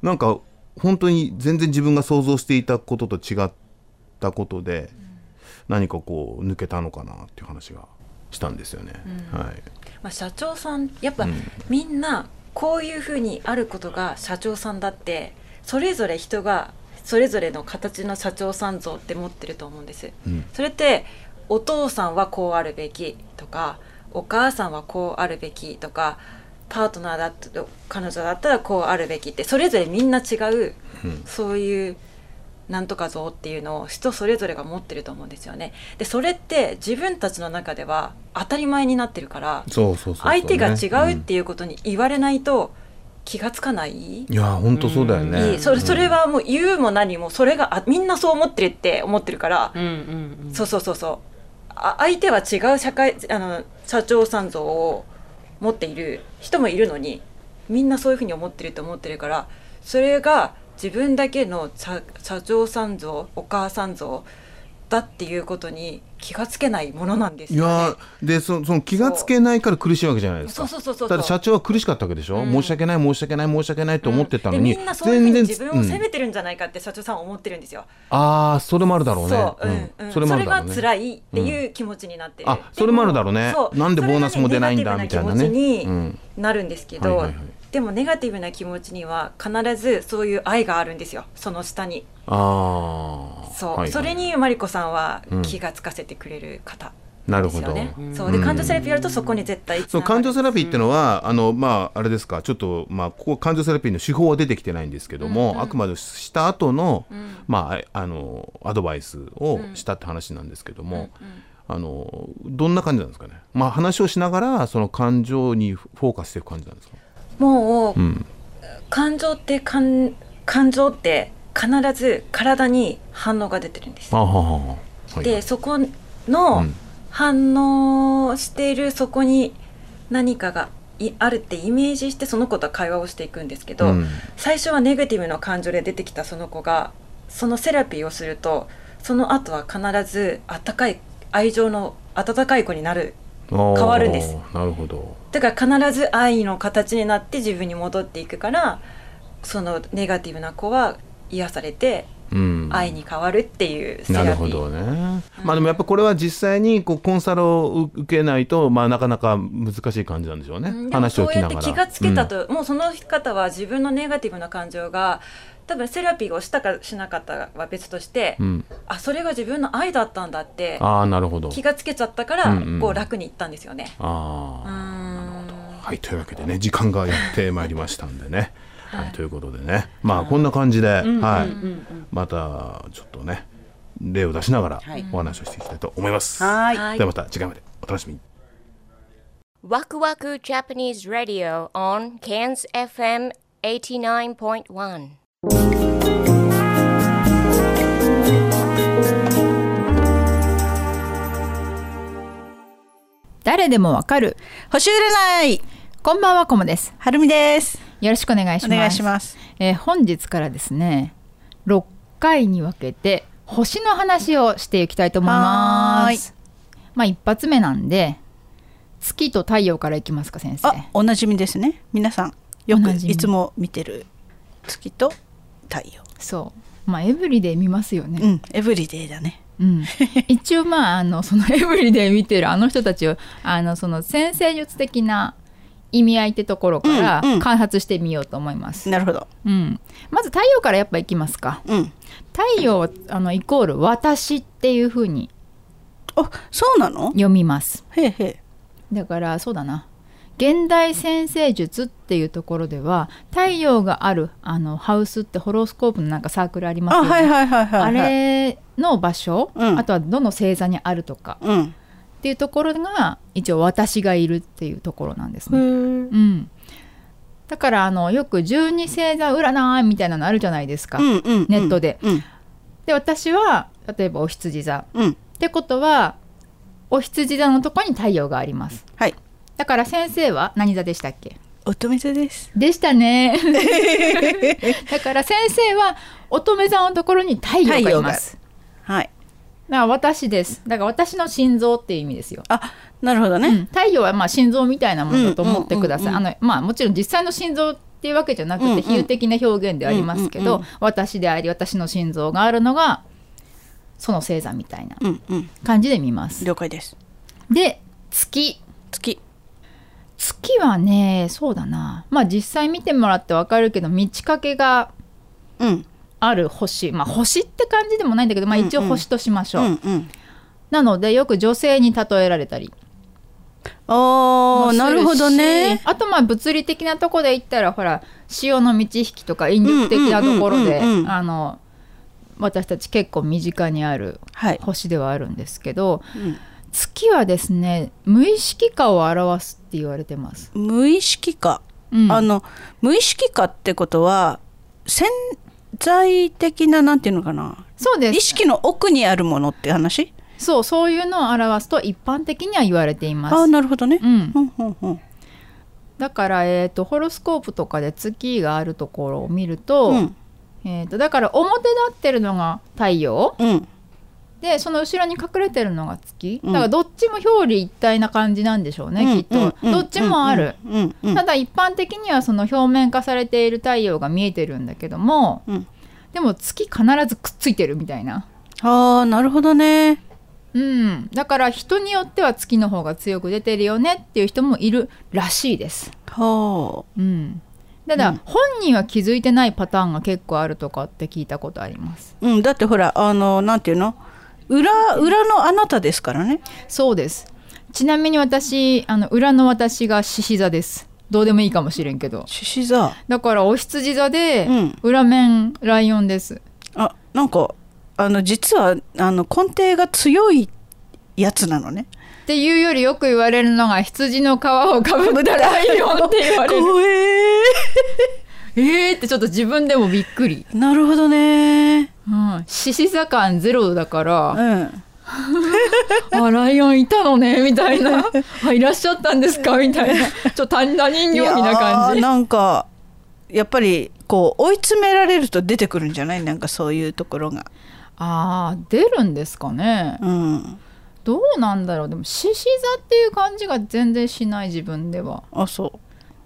S8: なんか本当に全然自分が想像していたことと違ったことで何かこう抜けたのかなっていう話がしたんですよね。はい
S6: まあ、社長さんやっぱ、
S8: うん
S6: みんな
S11: こういうふうにあることが社長さんだってそれぞれ人がそれぞれの形の社長さん像って持ってると思うんです。
S12: うん
S11: それってお父さんはこうあるべきとかお母さんはこうあるべきとかパートナーだった彼女だったらこうあるべきってそれぞれみんな違うそういうなんとか像っていうのを人それぞれが持ってると思うんですよね。でそれって自分たちの中では当たり前になってるから
S8: そうそうそうそうね
S11: 相手が違うっていうことに言われないと気がつかない、
S8: いや本当そうだよね、
S11: いいそれそれはもう言うも何もそれがあみんなそう思ってるって思ってるから、そうそうそうそうあ相手は違う社会あの社長さん像を持っている人もいるのにみんなそういうふうに思ってると思ってるからそれが自分だけの社社長さん像お母さん像だっていうことに気がつけないものなんです
S8: いやーでそその気がつけないから苦しいわけじゃないですか
S11: そうそうそうそう
S8: だって社長は苦しかったわけでしょ、申し訳ない申し訳ない申し訳ないと思ってたの
S11: で
S8: に、
S11: みんなそういうふうに自分を
S8: う
S11: 責
S8: ん
S11: めてるんじゃないかって社長さんは思ってるんですよ。
S8: ああそれもあるだろうね
S11: そう、うんうん、それ
S8: もあるだ
S11: が
S8: ろうね
S11: 辛いって
S8: うん
S11: いう気持ちになってる、
S8: あそれもあるだろうね
S11: そう
S8: なんでボーナスも出ないんだみ
S11: そ
S8: た
S11: れ
S8: い
S11: が
S8: な
S11: ね
S8: ね
S11: ネガティブな気持ちに
S8: うん
S11: なるんですけ
S8: は
S11: ど、
S8: いはいはい
S11: でもネガティブな気持ちには必ずそういう愛があるんですよその下に
S8: ああ
S11: そう、それにマリコさんは
S8: うん
S11: 気がつかせてくれる方
S8: なる
S11: ですよ
S8: ほど、
S11: ね、そうで
S8: ん
S11: 感情セラピーやるとそこに絶対
S8: そう感情セラピーってのは、あのまああれですかちょっとまあここ感情セラピーの手法は出てきてないんですけども、あくまでした後の、まあああのアドバイスをしたって話なんですけども、あのどんな感じなんですかね。まあ話をしながらその感情にフォーカスしていく感じなんですか。
S11: もう、
S8: うん
S11: 感情って感感情って必ず体に反応が出てるんです
S8: あはははい
S11: でそこの反応しているそこに何かがいあるってイメージしてその子と会話をしていくんですけど、
S13: うん
S11: 最初はネガティブの感情で出てきたその子がそのセラピーをするとその後は必ず温かい愛情の温かい子になる
S8: 変
S11: 変わるんです。
S8: なるほど。
S11: だから必ず愛の形になって自分に戻っていくからそのネガティブな子は癒されて
S8: うん。
S11: 愛に変わるっていうセラ
S8: な
S11: ピー
S8: るほどね。まあでもやっぱこれは実際にこうコンサルを受けないとまあなかなか難しい感じなんでしょうね。
S11: でも
S8: 話
S11: そ
S8: を
S11: う
S8: 聞き
S11: や
S8: な
S11: って
S8: がら。
S11: 気がつけたと、もうその方は自分のネガティブな感情が多分セラピーをしたかしなかったは別として、
S8: うん。うん
S11: あそれが自分の愛だったんだって
S8: ああなるほど。
S11: 気がつけちゃったから、
S8: うんうん
S11: こう楽にいったんですよね。
S8: ああ、なるほど。はい、というわけでね、時間がやってまいりましたんでね。はい、ということでね、まあ、こんな感じで、
S14: うん
S8: は
S14: うんうんうん
S8: い、またちょっとね。例を出しながら
S14: はい、
S8: お話をしていきたいと思います。
S3: はいはい
S8: ではまた次回まで、お楽しみに。
S3: Waku Japanese Radio on Cairns FM 89.1.
S9: 「誰でもわかる星占い」こんばんはこもですはるみですよろしくお願いします、
S15: お願いします
S9: えー本日からですね6回に分けて星の話をしていきたいと思いますまあ一発目なんで月と太陽からいきますか先生
S15: あおなじみですね皆さんよくいつも見てる月と太陽
S9: そうまあエブリデイ見ますよね
S15: うんエブリデイだね
S9: うん、 [laughs] 一応まああのそ [laughs] のエブリデイ見てるあの人たちをあのその先生術的な意味合いってところから
S15: うんうん
S9: 観察してみようと思います。
S15: なるほど、
S9: うん、まず太陽からやっぱいきますか。太陽はあのイコール私っていう風にあそうなの読みます。
S15: へへ
S9: だからそうだな現代先生術っていうところでは太陽があるあのハウスってホロスコープのなんかサークルありますよね
S15: あはいはいはいはいはい
S9: あれの場所、あとはどの星座にあるとか、っていうところが一応私がいるっていうところなんですね。うん、だからあのよく十二星座占いみたいなのあるじゃないですか、
S15: うんうんうん
S9: ネットで。で私は例えばお羊座、ってことはお羊座のとこに太陽があります。
S15: はい。
S9: だから先生は何座でしたっけ？
S15: 乙女座です。
S9: でしたね。だから先生は乙女座のところに太陽がいます。
S15: はい。
S9: だから私です。だから私の心臓っていう意味ですよ。
S15: あ、なるほどね。
S9: 太陽はまあ心臓みたいなものだと思ってください。
S15: うんうんうんうん
S9: あのまあもちろん実際の心臓っていうわけじゃなく
S15: うんうん
S9: て比喩的な表現ではありますけど、
S15: うんうんうん
S9: 私であり私の心臓があるのがその星座みたいな感じで見ます。
S15: 了解です。
S9: で月
S15: 月
S11: 月はねそうだなまあ実際見てもらってわかるけど満ち欠けがある星、まあ星って感じでもないんだけど、まあ、一応星としましょう、なのでよく女性に例えられたり
S16: あ
S11: も
S16: あ
S11: すし
S16: なるほどね
S11: あとまあ物理的なとこで言ったらほら潮の満ち引きとか引力的なところで
S16: うんうんうんうん
S11: あの私たち結構身近にある星ではあるんですけど、月はですね無意識化を表すって言われてます。
S16: 無意識化、あの無意識化ってことは潜在的ななんていうのかな
S11: そうです
S16: 意識の奥にあるものって話
S11: そうそういうのを表すと一般的には言われています。
S16: あなるほどね、
S11: うん
S16: うんうん
S11: だから、えー、とホロスコープとかで月があるところを見ると,、えー、とだから表立ってるのが太陽、でその後ろに隠れてるのが月、
S16: うん
S11: だからどっちも表裏一体な感じなんでしょうね、
S16: うん
S11: きっと、
S16: うん
S11: どっちもある、
S16: うんうん
S11: ただ一般的にはその表面化されている太陽が見えてるんだけども、でも月必ずくっついてるみたいな。
S16: ああなるほどね
S11: うん、だから人によっては月の方が強く出てるよねっていう人もいるらしいです。
S16: は
S11: あ、うん、ただ、本人は気づいてないパターンが結構あるとかって聞いたことあります。
S16: うん、だってほらあのなんていうの裏裏のあなたですからね
S11: そうですちなみに私あの裏の私が獅子座ですどうでもいいかもしれんけど
S16: 獅子座
S11: だからお羊座で、
S16: うん
S11: 裏面ライオンです
S16: あなんかあの実はあの根底が強いやつなのね
S11: っていうよりよく言われるのが羊の皮をかぶったライオンって言われる
S16: 怖
S11: えー、えーってちょっと自分でもびっくり
S16: なるほどね
S11: うん獅子座感ゼロだから、
S16: うん、
S11: [laughs] あライオンいたのねみたい [laughs] なあいらっしゃったんですかみたいなちょっと他他 [laughs] 人行儀な感
S16: いやー
S11: じ
S16: なんかやっぱりこう追い詰められると出てくるんじゃないなんかそういうところが
S11: あー出るんですかね、どうなんだろうでも獅子座っていう感じが全然しない自分では
S16: あそう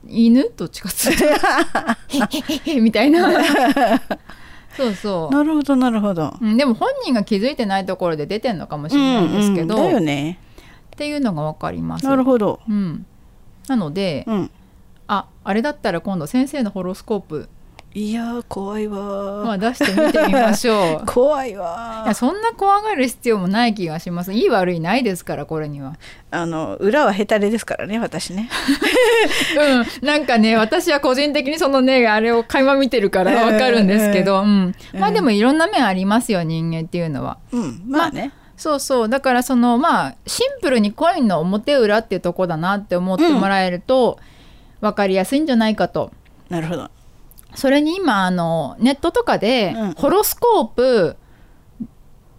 S11: 犬と近づい
S16: [laughs]
S11: てみたいなそうそう
S16: なるほどなるほど
S11: うんでも本人が気づいてないところで出てんのかもしれないんですけど、
S16: うんうんだよね
S11: っていうのが分かります
S16: なるほど
S11: うん、なので、ああれだったら今度先生のホロスコープ
S16: いやー怖いわー
S11: まあ出してみてみま
S16: [laughs]
S11: しょう
S16: 怖いわ
S11: いやそんな怖がる必要もない気がしますいい悪いないですからこれには
S16: あの裏はヘタレですからね私ね
S11: うん、なんかね私は個人的にそのねあれを垣間見てるからわかるんですけど、
S16: う
S11: うんん、まあでもいろんな面ありますよ人間っていうのは。
S16: うんまあね、
S11: そうそうだからそのまあシンプルにコインの表裏っていうとこだなって思ってもらえると分かりやすいんじゃないかと。
S16: なるほど
S11: それに今あのネットとかで、ホロスコープっ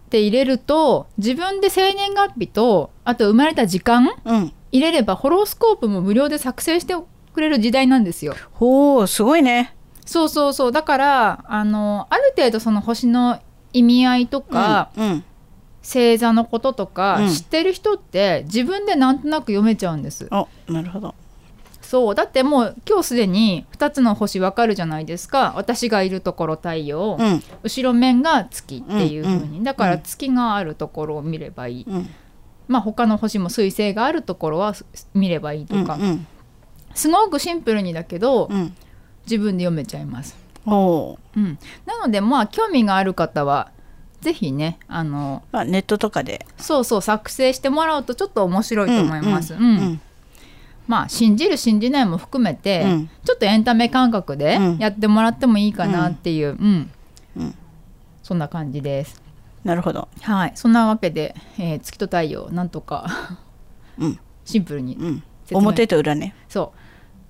S11: て入れると自分で生年月日とあと生まれた時間、入れればホロスコープも無料で作成してくれる時代なんですよ。
S16: ほうすごいね。
S11: そうそうそうだからあのある程度その星の意味合いとか、星座のこととか、
S16: うん
S11: 知ってる人って自分でなんとなく読めちゃうんです。
S16: なるほど
S11: そうだってもう今日すでに2つの星わかるじゃないですか私がいるところ太陽、
S16: うん
S11: 後ろ面が月っていう風に、
S16: うんうん
S11: だから月があるところを見ればいい、
S16: うん
S11: まあ他の星も彗星があるところはす見ればいいとか、
S16: うんうん
S11: すごくシンプルにだけど、自分で読めちゃいます。
S16: お
S11: うん、なのでまあ興味がある方はぜひねあの、
S16: まあ、ネットとかで
S11: そうそう作成してもらうとちょっと面白いと思います。
S16: う
S11: うんん
S16: うん
S11: まあ信じる信じないも含めて、
S16: うん
S11: ちょっとエンタメ感覚でやってもらってもいいかなっていう、うんそんな感じです。
S16: なるほど
S11: はいそんなわけで、えー月と太陽なんとか
S16: うん
S11: シンプルに、説明
S16: 表と裏ね
S11: そう、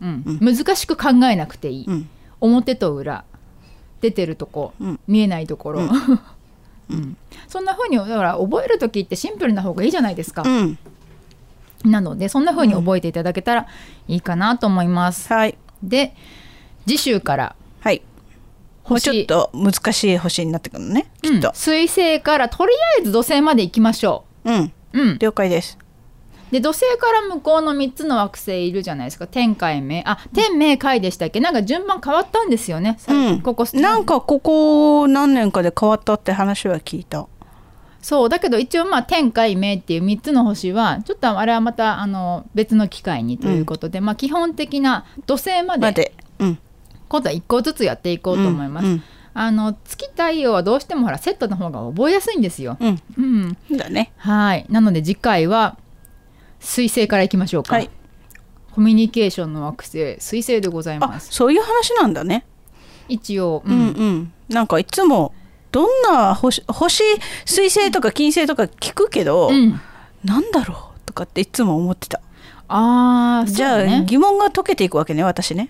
S11: うん難しく考えなくていい、表と裏出てるとこ、見えないところ、うんそんな風にだから覚える時ってシンプルな方がいいじゃないですか、なのでそんな風に覚えていただけたらいいかなと思います、
S16: はい
S11: で次週から
S16: はいもうちょっと難しい星になってくるのねきっと、
S11: 水星からとりあえず土星まで行きましょう
S16: うん、了解です
S11: で土星から向こうの3つの惑星いるじゃないですか天海明あ天明海でしたっけなんか順番変わったんですよね、さここ
S16: なんかここ何年かで変わったって話は聞いた
S11: そうだけど一応まあ天海明っていう3つの星はちょっとあれはまたあの別の機会にということで、まあ基本的な土星まで今度は1個ずつやっていこうと思います。
S16: うんうん
S11: あの月太陽はどうしてもほらセットの方が覚えやすいんですよ。うん、
S16: だね。
S11: はい。なので次回は水星からいきましょうか。コミュニケーションの惑星水星でございます。
S16: そういう話なんだね。
S11: 一応、
S16: うん、うん、なんかいつもどんな星星水星とか金星とか聞くけど、なんだろうとかっていつも思ってた。
S11: あ
S16: じゃあ、
S11: そうね
S16: 疑問が解けていくわけね私ね。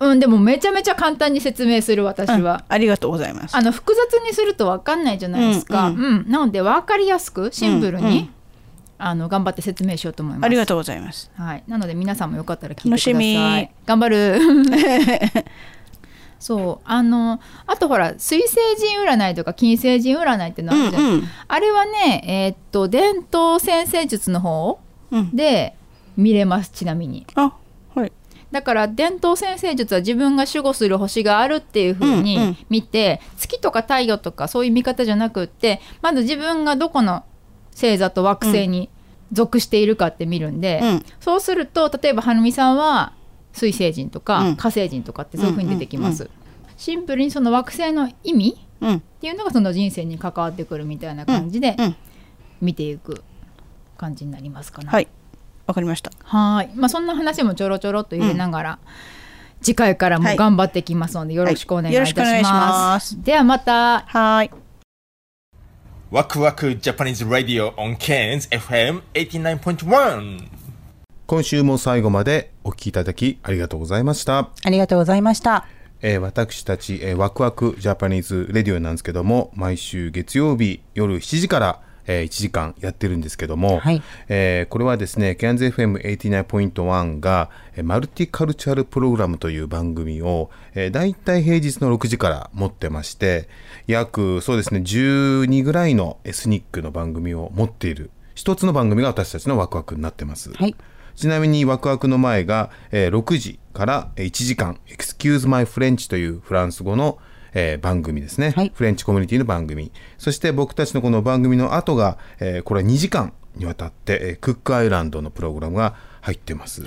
S11: うん、でもめちゃめちゃ簡単に説明する私は。
S16: ありがとうございます。
S11: あの複雑にすると分かんないじゃないですか、
S16: う
S11: うんんなので分かりやすくシンプルに、
S16: うんうん
S11: あの頑張って説明しようと思います
S16: ありがとうございます。
S11: はい、なので皆さんもよかったら聞いてくだ
S16: 楽し
S11: さ
S16: み
S11: い頑張
S16: [laughs]
S11: るそうあのあとほら水星人占いとか金星人占いってのあるじゃないですか、あれはねえーっと伝統先生術の方で見れます、ちなみに
S16: あはい
S11: だから伝統先生術は自分が守護する星があるっていう風
S16: うんう
S11: に
S16: ん
S11: 見て、月とか太陽とかそういう見方じゃなくってまず自分がどこの星座と惑星に属しているかって見るんで、
S16: うん
S11: そうすると例えばはるみさんは水星人とか、
S16: うん
S11: 火星人とかってそういう風に出てきます、
S16: うん
S11: シンプルにその惑星の意味
S16: うん
S11: っていうのがその人生に関わってくるみたいな感じで見ていく感じになりますかな、
S16: はいわかりました。
S11: はーい、まあ、そんな話もちょろちょろっと入れながら、次回からも頑張ってきますので、よろしくお願いいたしま
S16: は
S11: す,、
S16: いよろしくお願いしま
S11: ではまた
S16: はい
S17: ワクワクジャパニーズ・ラディオ on Cairns FM89.1
S8: 今週も最後までお聞きいただきありがとうございました。
S3: ありがとうございました。
S8: えー私たち、えーワクワクジャパニーズレディオなんですけども毎週月曜日夜7時から、えー1時間やってるんですけども、えーこれはですね CANZFM89.1 が、えーマルティカルチャルプログラムという番組を、えー、大体平日の6時から持ってまして約そうですね12ぐらいのエスニックの番組を持っている一つの番組が私たちのワクワクになってます。ちなみにワクワクの前が、えー6時からえー1時間「Excuse My French」というフランス語の、えー番組ですね、フレンチコミュニティの番組そして僕たちのこの番組の後が、えーこれは2時間にわたって、えークックアイランドのプログラムが入ってます、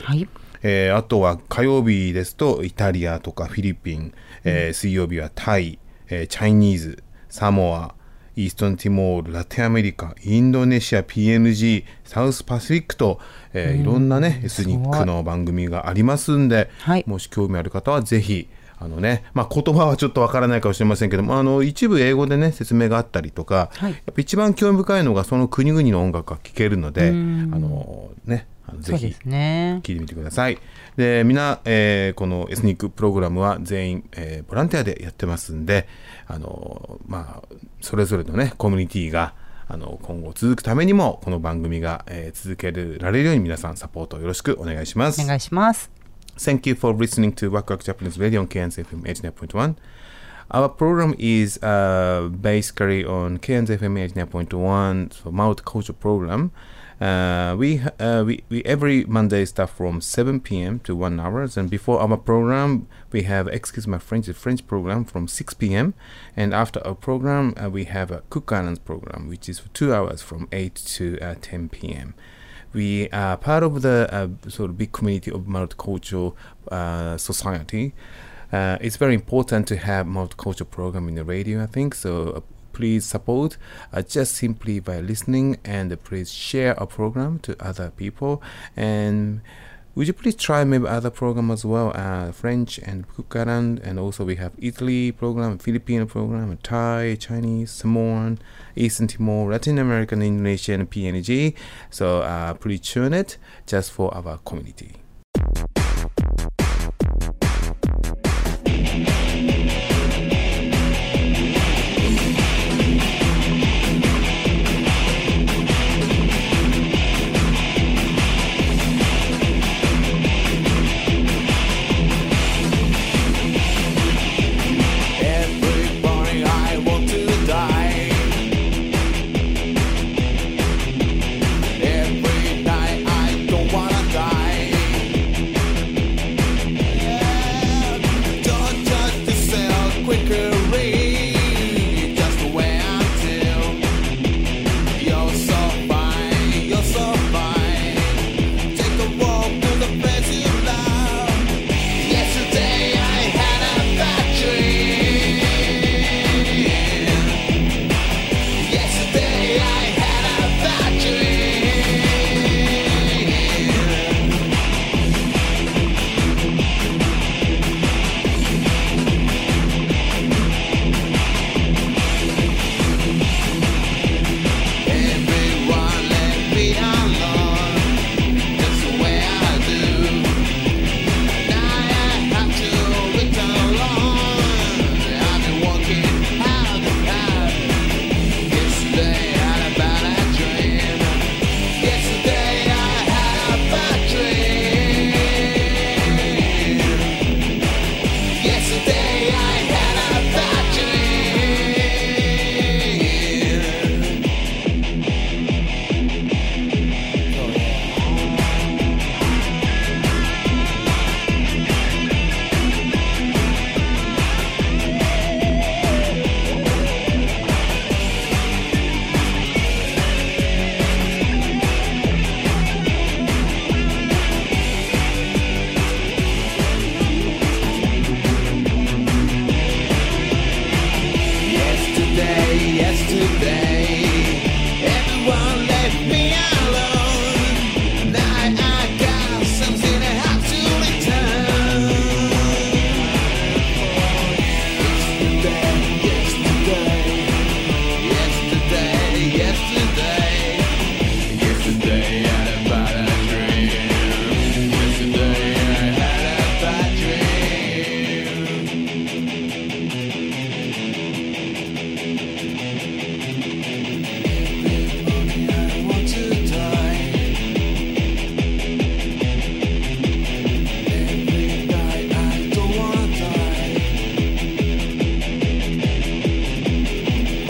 S8: えーあとは火曜日ですとイタリアとかフィリピン、えー水曜日はタイ、えーチャイニーズサモアイーストンティモール、ラテンアメリカ、インドネシア、PNG、サウスパシフィックと、えーいろんなね、エスニックの番組がありますんで、もし興味ある方はぜひ、あのね、まあ、言葉はちょっとわからないかもしれませんけども、あの、一部英語でね、説明があったりとか、やっぱ一番興味深いのがその国々の音楽が聴けるので、あ
S10: うん
S8: の、ね、あのぜ
S10: そう
S8: ひ
S10: ですね
S8: 聞いてみてください。で、みんな、えーこのエスニックプログラムは全員、えーボランティアでやってますんで、あのまあ、それぞれのね、コミュニティが、あの今後続くためにも、この番組が、えー続けられるように皆さんサポートよろしくお願いします。お願い
S3: します。
S8: Thank you for listening to Wakwak Japanese Radio on KNZFM 89.1. Our program is uh, basically on KNZFM 89.1 for Mouth Culture Program. Uh, we, uh, we, we every Monday start from 7 p.m. to 1 hours, and before our program, we have Excuse My French, the French program from 6 p.m. And after our program, uh, we have a Cook Islands program, which is for two hours from 8 to uh, 10 p.m we are part of the uh, sort of big community of multicultural uh, society. Uh, it's very important to have multicultural program in the radio, I think. So uh, please support uh, just simply by listening and please share our program to other people. And would you please try maybe other program as well, uh, French and Kukaran, and also we have Italy program, Filipino program, Thai, Chinese, Samoan, Eastern Timor, Latin American, Indonesian, PNG. So uh, please tune it just for our community.
S18: Every morning I want to die. Every night I don't wanna die.
S2: today. Everyone left me alone. Now I got something I have to return. Yesterday, yesterday, yesterday, yesterday, yesterday I had a bad dream. Yesterday I had a bad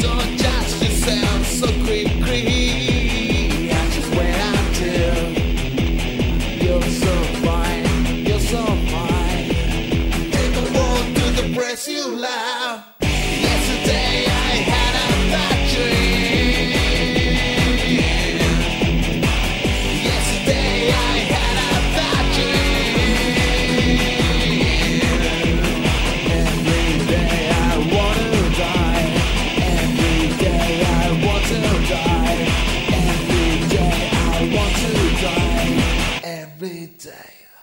S2: Don't judge yourself so quickly. I just wait until you're so fine, you're so fine. Take a walk to the place you love. Yesterday I had a bad dream. Yesterday I had a bad dream. Every day I wanna die. Every day I want to die. Every day I want to die. Every day I